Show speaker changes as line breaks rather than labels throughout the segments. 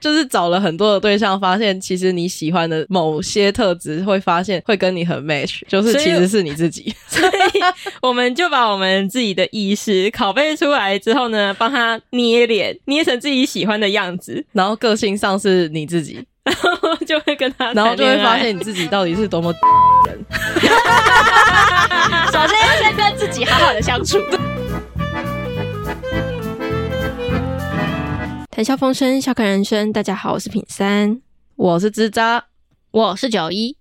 就是找了很多的对象，发现其实你喜欢的某些特质，会发现会跟你很 match，就是
所以
其实是你自己。
所以我们就把我们自己的意识拷贝出来之后呢，帮他捏脸，捏成自己喜欢的样子，
然后个性上是你自己，
然后就会跟他，
然后就会发。现你自己到底是多么
首先要先跟自己好好的相处。
谈笑风生，笑看人生。大家好，我是品三。
我是枝扎，
我是九一，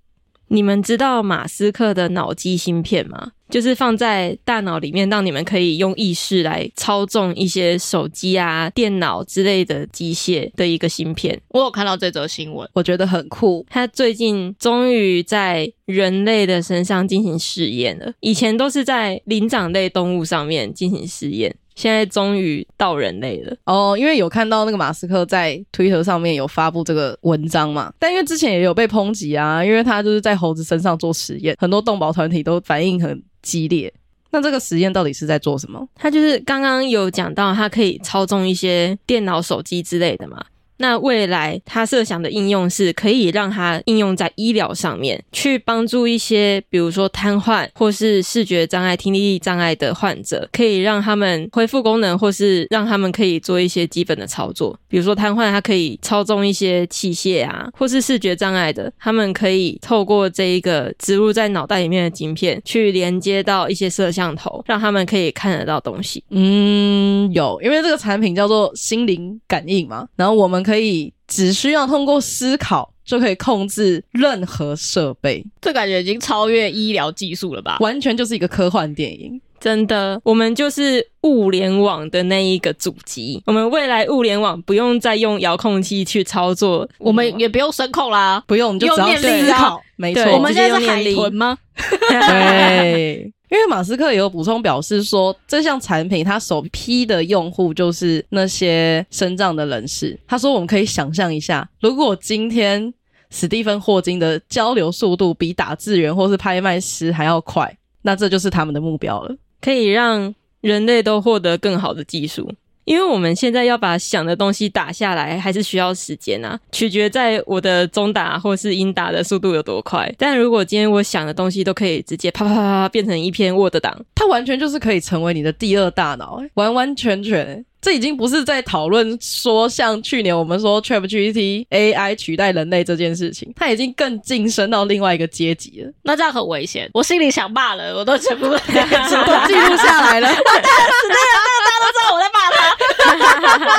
你们知道马斯克的脑机芯片吗？就是放在大脑里面，让你们可以用意识来操纵一些手机啊、电脑之类的机械的一个芯片。
我有看到这则新闻，
我觉得很酷。
他最近终于在人类的身上进行试验了，以前都是在灵长类动物上面进行试验，现在终于到人类了。
哦，因为有看到那个马斯克在推特上面有发布这个文章嘛，但因为之前也有被抨击啊，因为他就是在猴子身上做实验，很多动保团体都反应很激烈。那这个实验到底是在做什么？
他就是刚刚有讲到，它可以操纵一些电脑、手机之类的嘛。那未来他设想的应用是可以让它应用在医疗上面，去帮助一些比如说瘫痪或是视觉障碍、听力障碍的患者，可以让他们恢复功能，或是让他们可以做一些基本的操作。比如说瘫痪，它可以操纵一些器械啊，或是视觉障碍的，他们可以透过这一个植入在脑袋里面的晶片，去连接到一些摄像头，让他们可以看得到东西。
嗯，有，因为这个产品叫做心灵感应嘛，然后我们可以只需要通过思考就可以控制任何设备，
这感觉已经超越医疗技术了吧？
完全就是一个科幻电影。
真的，我们就是物联网的那一个主机。我们未来物联网不用再用遥控器去操作，
我们也不用声控啦。
不用，你就只要
用念力
思
啊
考，没错
对，
我们现在
直接
是
用
海
念力
豚吗？
对，因为马斯克也有补充表示说，这项产品他首批的用户就是那些身障的人士。他说，我们可以想象一下，如果今天史蒂芬霍金的交流速度比打字员或是拍卖师还要快，那这就是他们的目标了。
可以让人类都获得更好的技术。因为我们现在要把想的东西打下来，还是需要时间啊，取决在我的中打或是英打的速度有多快。但如果今天我想的东西都可以直接啪啪啪啪变成一篇 Word 档，
它完全就是可以成为你的第二大脑、欸完完全全、欸这已经不是在讨论说像去年我们说 ChatGPT AI 取代人类这件事情，它已经更晋升到另外一个阶级了，
那这样很危险。我心里想骂人，我都 全部都记录下
都记录下来了，
大家都知道我在骂他，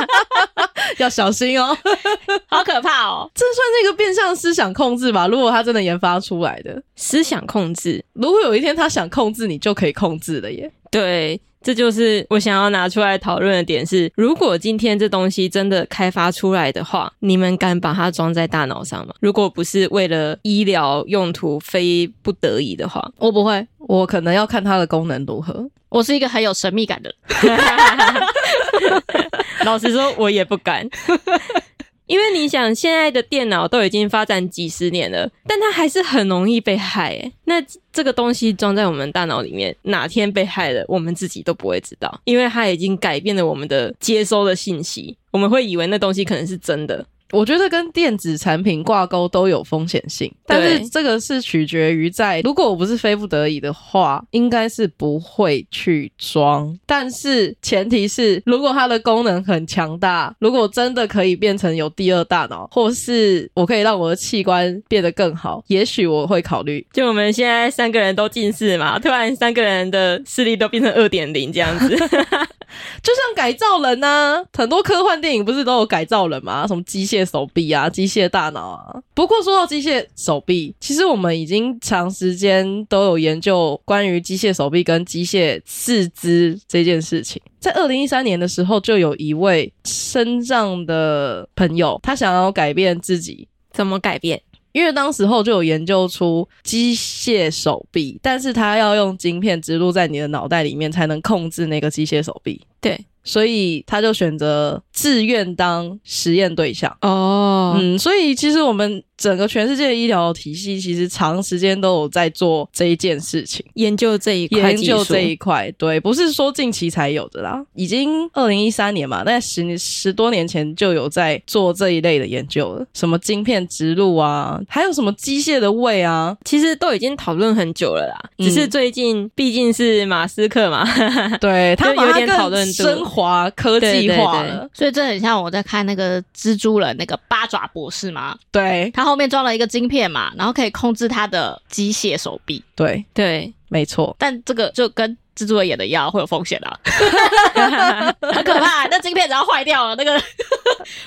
要小心哦。
好可怕哦！
这算是一个变相思想控制吧？如果它真的研发出来的，
思想控制，
如果有一天它想控制你，就可以控制了耶。
对，这就是我想要拿出来讨论的点是：如果今天这东西真的开发出来的话，你们敢把它装在大脑上吗？如果不是为了医疗用途，非不得已的话，
我不会，
我可能要看它的功能如何。
我是一个很有神秘感的人。
老实说，我也不敢。因为你想，现在的电脑都已经发展几十年了，但它还是很容易被害。诶那这个东西装在我们大脑里面，哪天被害了，我们自己都不会知道，因为它已经改变了我们的接收的信息，我们会以为那东西可能是真的。
我觉得跟电子产品挂钩都有风险性，但是这个是取决于在，如果我不是非不得已的话，应该是不会去装。但是前提是，如果它的功能很强大，如果真的可以变成有第二大脑，或是我可以让我的器官变得更好，也许我会考虑。
就我们现在三个人都近视嘛，突然三个人的视力都变成二点零这样子，
就像改造人呐、很多科幻电影不是都有改造人吗？什么机械手臂啊、机械大脑啊。不过说到机械手臂，其实我们已经长时间都有研究关于机械手臂跟机械四肢这件事情。在二零一三年的时候，就有一位身障的朋友，他想要改变自己
怎么改变？
因为当时候就有研究出机械手臂，但是它要用晶片植入在你的脑袋里面才能控制那个机械手臂。
对，
所以他就选择自愿当实验对象。
哦，嗯，
嗯，所以其实我们整个全世界的医疗体系，其实长时间都有在做这一件事情，
研究这一块
研
技
究
术，
这一块。对，不是说近期才有的啦，已经二零一三年嘛，那十十多年前就有在做这一类的研究了，什么晶片植入啊，还有什么机械的胃啊，
其实都已经讨论很久了啦。
嗯
只是最近毕竟是马斯克嘛，
对他
就
把
有
它
点讨论
更
度
升华科技
对对
化
对
了，
所以这很像我在看那个蜘蛛人那个八爪博士嘛，
对
他后面装了一个晶片嘛，然后可以控制他的机械手臂，
对，
对，
没错。
但这个就跟蜘蛛人演的一样，会有风险啊，很可怕。那晶片只要坏掉了，那个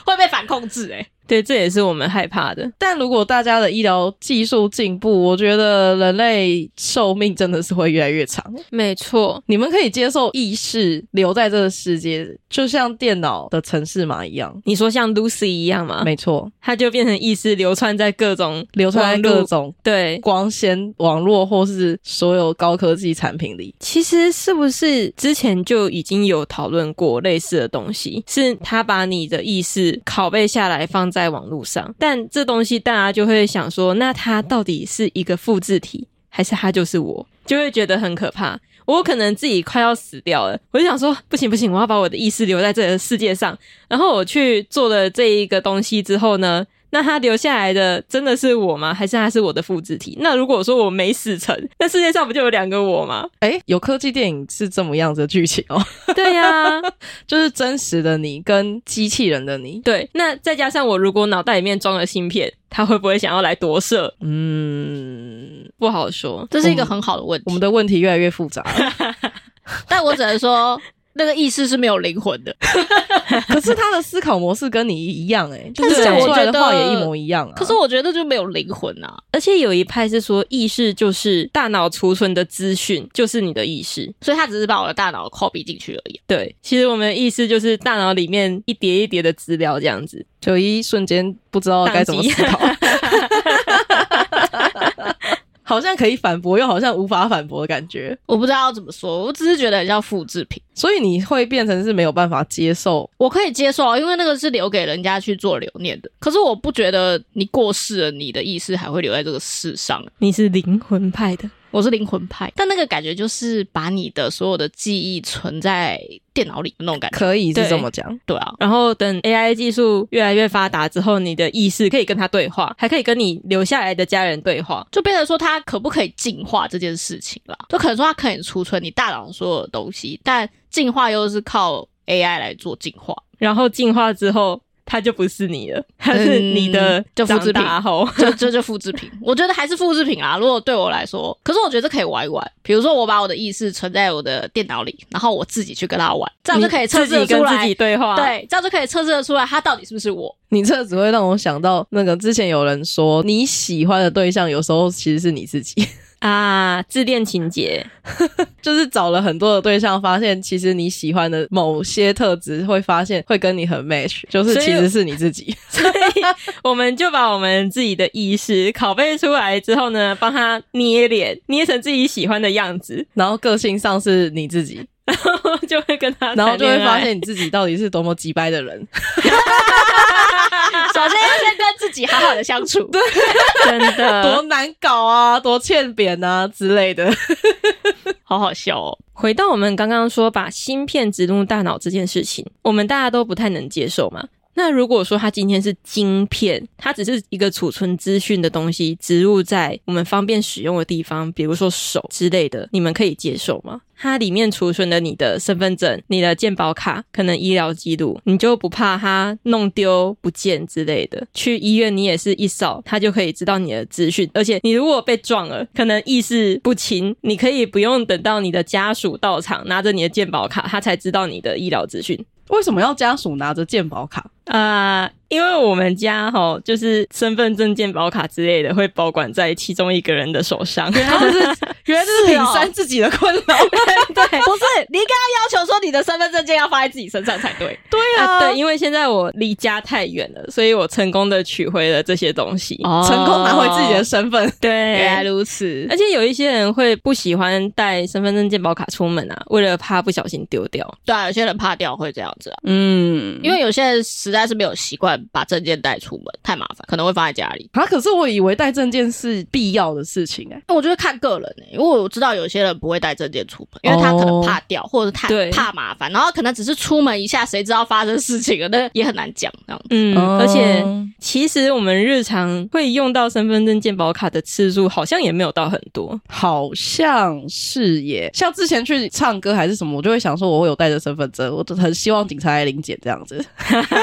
会被反控制哎、
对，这也是我们害怕的。
但如果大家的医疗技术进步，我觉得人类寿命真的是会越来越长。
没错，
你们可以接受意识留在这个世界，就像电脑的城市码一样。
你说像 Lucy 一样嘛，
没错，
它就变成意识流窜在各种
流传在
网
各
络
种
对
光纤网络或是所有高科技产品里。
其实是不是之前就已经有讨论过类似的东西？是他把你的意识拷贝下来放在网络上，但这东西大家就会想说，那它到底是一个复制体，还是它就是我？就会觉得很可怕。我可能自己快要死掉了，我就想说，不行不行，我要把我的意识留在这个世界上。然后我去做了这一个东西之后呢，那它留下来的真的是我吗？还是它是我的复制体？那如果说我没死成，那世界上不就有两个我吗？
哎，有科技电影是这么样子的剧情哦，
对呀、
就是真实的你跟机器人的你。
对。那再加上我如果脑袋里面装了芯片，他会不会想要来夺舍？
嗯，
不好说。
这是一个很好的问题。
我们的问题越来越复杂了，
但我只能说， 那个意识是没有灵魂 的。
可是他的思考模式跟你一样、哎，就
但
是
是
讲
我
出来的
觉得
话也一模一样啊。
可是我觉得就没有灵魂啊，
而且有一派是说，意识就是大脑储存的资讯，就是你的意识。
所以他只是把我的大脑 copy 进去而已。啊
对，其实我们的意识就是大脑里面一叠一叠的资料这样子。
就一瞬间不知道该怎么思考， 好像可以反驳，又好像无法反驳的感觉。
我不知道要怎么说，我只是觉得很像复制品。
所以你会变成是没有办法接受，
我可以接受啊，因为那个是留给人家去做留念的。可是我不觉得你过世了，你的意识还会留在这个世上。
你是灵魂派的，
我是灵魂派，但那个感觉就是把你的所有的记忆存在电脑里的那种感觉。
可以是
对
这么讲。
对啊，
然后等 AI 技术越来越发达之后，你的意识可以跟他对话，还可以跟你留下来的家人对话。
就变成说它可不可以进化这件事情啦，就可能说它可以储存你大脑所有的东西，但进化又是靠 AI 来做进化，
然后进化之后，它就不是你了，它是你的
嗯就复制品
长大后。
这这就复制品，我觉得还是复制品啦。如果对我来说，可是我觉得这可以玩一玩，比如说我把我的意识存在我的电脑里，然后我自己去跟它玩，这样就可以测
你
试得
自己
出
跟自
来
己。对话。，
对，这样就可以测试得出来，它到底是不是我？
你这只会让我想到那个之前有人说，你喜欢的对象有时候其实是你自己，
啊，自恋情节，
就是找了很多的对象，发现其实你喜欢的某些特质，会发现会跟你很 match，就是
所以
其实是你自 己。
所以我们就把我们自己的意识拷贝出来之后呢，帮它捏脸，捏成自己喜欢的样子，
然后个性上是你自己，
然后就会跟他，
然后就会发。 现你自己到底是多么急掰的 人。
首先要先跟自己好好的相处。 对，
真
多
的，
难搞啊，多欠扁啊之类的。
好好笑哦。
回到我们刚刚说把芯片植入大脑这件事情，我们大家都不太能接受嘛。那如果说它今天是晶片，它只是一个储存资讯的东西，植入在我们方便使用的地方，比如说手之类的，你们可以接受吗？它里面储存了你的身份证、你的健保卡，可能医疗记录，你就不怕它弄丢、不见之类的。去医院你也是一扫，它就可以知道你的资讯。而且你如果被撞了，可能意识不清，你可以不用等到你的家属到场，拿着你的健保卡，他才知道你的医疗资讯。
为什么要家属拿着鉴宝卡？
啊、因为我们家哈，就是身份证件、保卡之类的，会保管在其中一个人的手 上。
原来这是原来这是
是
品
哦
山自己的困扰。
对
不是，你应该要要求说你的身份证件要放在自己身上才对。
对
啊，对，
对，
因为现在我离家太远了，所以我成功的取回了这些东西。
哦
成功拿回自己的身份。哎
对，
原来如此
而，且有一些人会不喜欢带身份证、健保卡出门啊，为了怕不小心丢掉。
对啊，有些人怕掉会这样子啊，
嗯，
因为有些人实在是没有习惯把证件带出门，太麻烦，可能会放在家里。
啊，可是我以为带证件是必要的事情哎、
我觉得看个人、欸，因为我知道有些人不会带证件出门，因为他可能怕掉，或者是太
对
怕麻烦，然后可能只是出门一下，谁知道发生事情了，那也很难讲。这样
嗯，
哦
而且其实我们日常会用到身份证、健保卡的次数好像也没有到很多。
好像是耶。像之前去唱歌还是什么，我就会想说，我有带着身份证，我就很希望警察来临检这样子。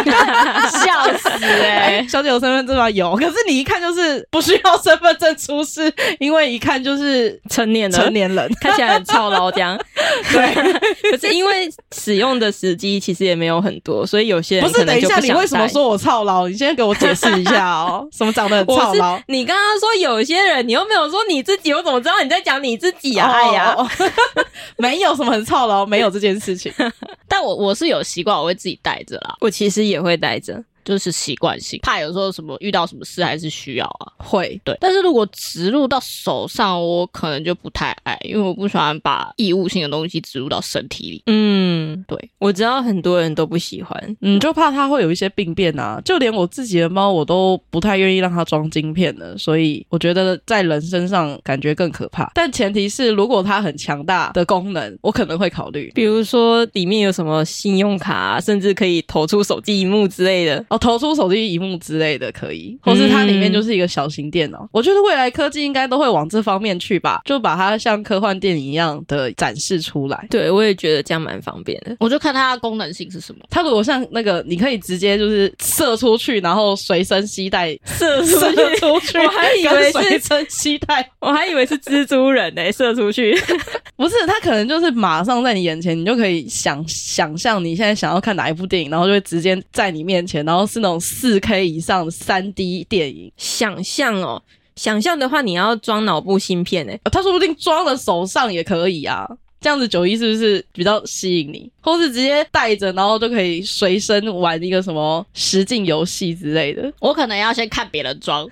啊笑死哎、
哎，小姐有身份证吗？有，可是你一看就是不需要身份证出示，因为一看就是
成年了，
成年人。
看起来很操劳这样。 对，可是因为使用的时机其实也没有很多，所以有些人
不是，
可能
等一
就
下，
不
你
想
为什么
带？
说我操劳？你先给我解释一下 哦，什么长得很
我
操
是
劳？
你刚刚说有些人，你又没有说你自己，我怎么知道你在讲你自己啊？哎呀，
哦，哦哦 没有什么很操劳，没有这件事 情。
但我我是有习惯，我会自己带着啦，
我其实也会带着。
就是习惯性，怕有时候什么遇到什么事还是需要啊。
会，
对，但是如果植入到手上，我可能就不太爱，因为我不喜欢把异物性的东西植入到身体里。
嗯，
对，
我知道很多人都不喜欢。
嗯，就怕它会有一些病变啊。就连我自己的猫，我都不太愿意让它装晶片的，所以我觉得在人身上感觉更可怕。但前提是，如果它很强大的功能，我可能会考虑。
比如说里面有什么信用卡、啊，甚至可以投出手机荧幕之类的。
哦，投出手机荧幕之类的可以，或是它里面就是一个小型电脑。我觉得未来科技应该都会往这方面去吧，就把它像科幻电影一样的展示出来。
对，我也觉得这样蛮方便的。
我就看它的功能性是什么。
它如果像那个，你可以直接就是射出去，然后随身携 带，
射出
射
去，
出去，
我还以
跟
为
随
是
身携带，
我还以为是蜘蛛人呢、射出去。
不是它可能就是马上在你眼前，你就可以想想象你现在想要看哪一部电影，然后就会直接在你面前，然后是那种四 K 以上的三 D 电影。
想象哦，想象的话，你要装脑部芯片欸呢、
呃他说不定装了手上也可以啊。这样子九一是不是比较吸引你？或是直接带着，然后就可以随身玩一个什么实境游戏之类的？
我可能要先看别人 装，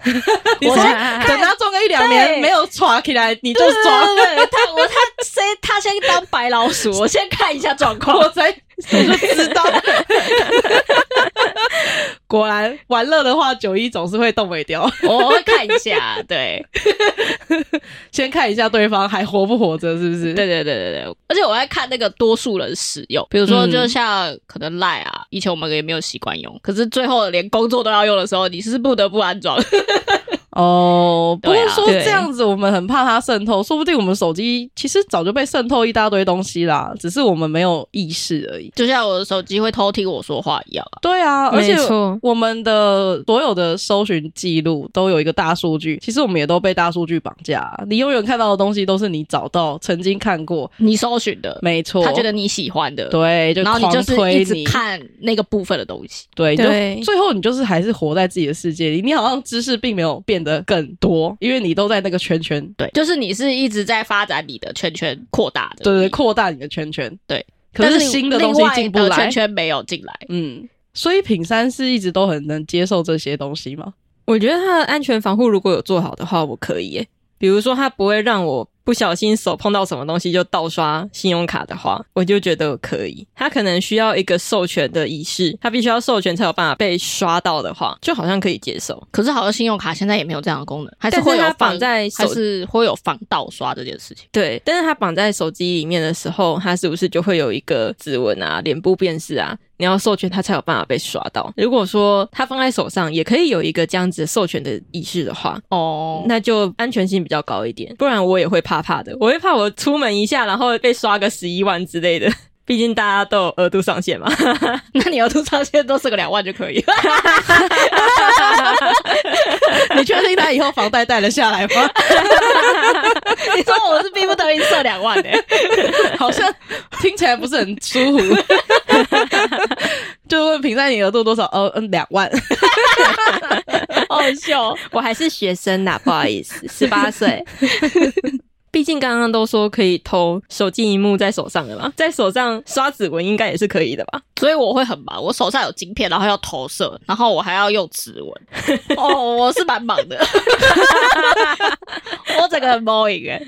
你说
先
等他装个一两年
对
没有耍起来，你就装。
对对对他我他谁他先当白老 鼠，我先看一下状况。
我才我就知道，果然玩乐的话，九一总是会动尾掉。
我会看一下，对
先看一下对方还活不活着，是不是？
对对对对对，而且我在看那个多数人使用，比如说
嗯
就像可能赖啊，以前我们也没有习惯用，可是最后连工作都要用的时候，你是不得不安装。
哦，不
对
过
啊
说
对
这样子，我们很怕它渗透，说不定我们手机其实早就被渗透一大堆东西啦，只是我们没有意识而已。
就像我的手机会偷听我说话一样啊，
对啊，而且
没错
我们的所有的搜寻记录都有一个大数据，其实我们也都被大数据绑架啊。你永远看到的东西都是你找到、曾经看过，
你搜寻的，
没错。
他觉得你喜欢的，，
对，就
然后你就
狂
是
推
一直看那个部分的东西。
对，你
对
就最后你就是还是活在自己的世界里，你好像知识并没有变得更多，因为你都在那个圈圈
对，就是你是一直在发展你的圈圈扩大的，
对对，扩大你的圈圈。
对，
可
但
是
是
新的东西进不
另外的
来
圈。圈没有进来。
嗯，所以品山是一直都很能接受这些东西 嘛。
我觉得它的安全防护如果有做好的话，我可以、欸。比如说，它不会让我不小心手碰到什么东西就盗刷信用卡的话，我就觉得我可以。它可能需要一个授权的仪式，它必须要授权才有办法被刷到的话，就好像可以接受。
可是好像信用卡现在也没有这样的功能，还是
但是
会有
它
防
绑在手
还是会有防盗刷这件事情。
对，但是它绑在手机里面的时候，它是不是就会有一个指纹啊、脸部辨识啊？你要授权它才有办法被刷到。如果说它放在手上，也可以有一个这样子授权的仪式的话，
哦
那就安全性比较高一点。不然我也会怕怕的，我会怕我出门一下，然后被刷个十一万之类的。 毕竟大家都有额度上限嘛。
那你要出上限都是个两万就 可以。
你确定他以后房贷贷得下来吗？
你说我是逼不得已设两 万的、
好像听起来不是很舒服。 就问平在你额度多少？哦，嗯，两万。
好好笑。
我还是学生呐、不好意 思，十八岁。毕竟刚刚都说可以偷手机荧幕在手上的嘛，在手上刷指纹应该也是可以的吧？
所以我会很忙，我手上有晶片，然后要投射，然后我还要用指纹。 哦，我是蛮忙的， 我整个很 boring 哎、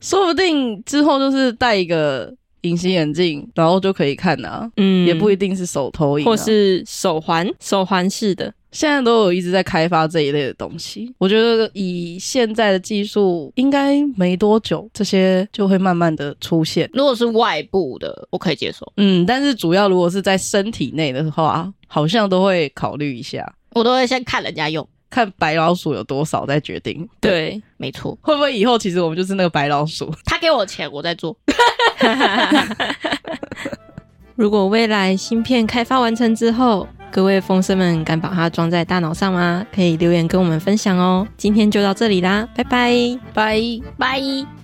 说不定之后就是戴一个隐形眼镜，然后就可以看啊，
嗯
也不一定是手投影、啊，
或是手环，手环式的。
现在都有一直在开发这一类的东西。我觉得以现在的技术，应该没多久这些就会慢慢的出现。
如果是外部的，我可以接受，
嗯，但是主要如果是在身体内的话，好像都会考虑一下，
我都会先看人家用。
看白老鼠有多少再决定。，
对，
没错，
会不会以后其实我们就是那个白老鼠？
他给我钱，我在做。
如果未来芯片开发完成之后，各位风声们敢把它装在大脑上吗？可以留言跟我们分享哦。今天就到这里啦，拜拜。
拜。
拜。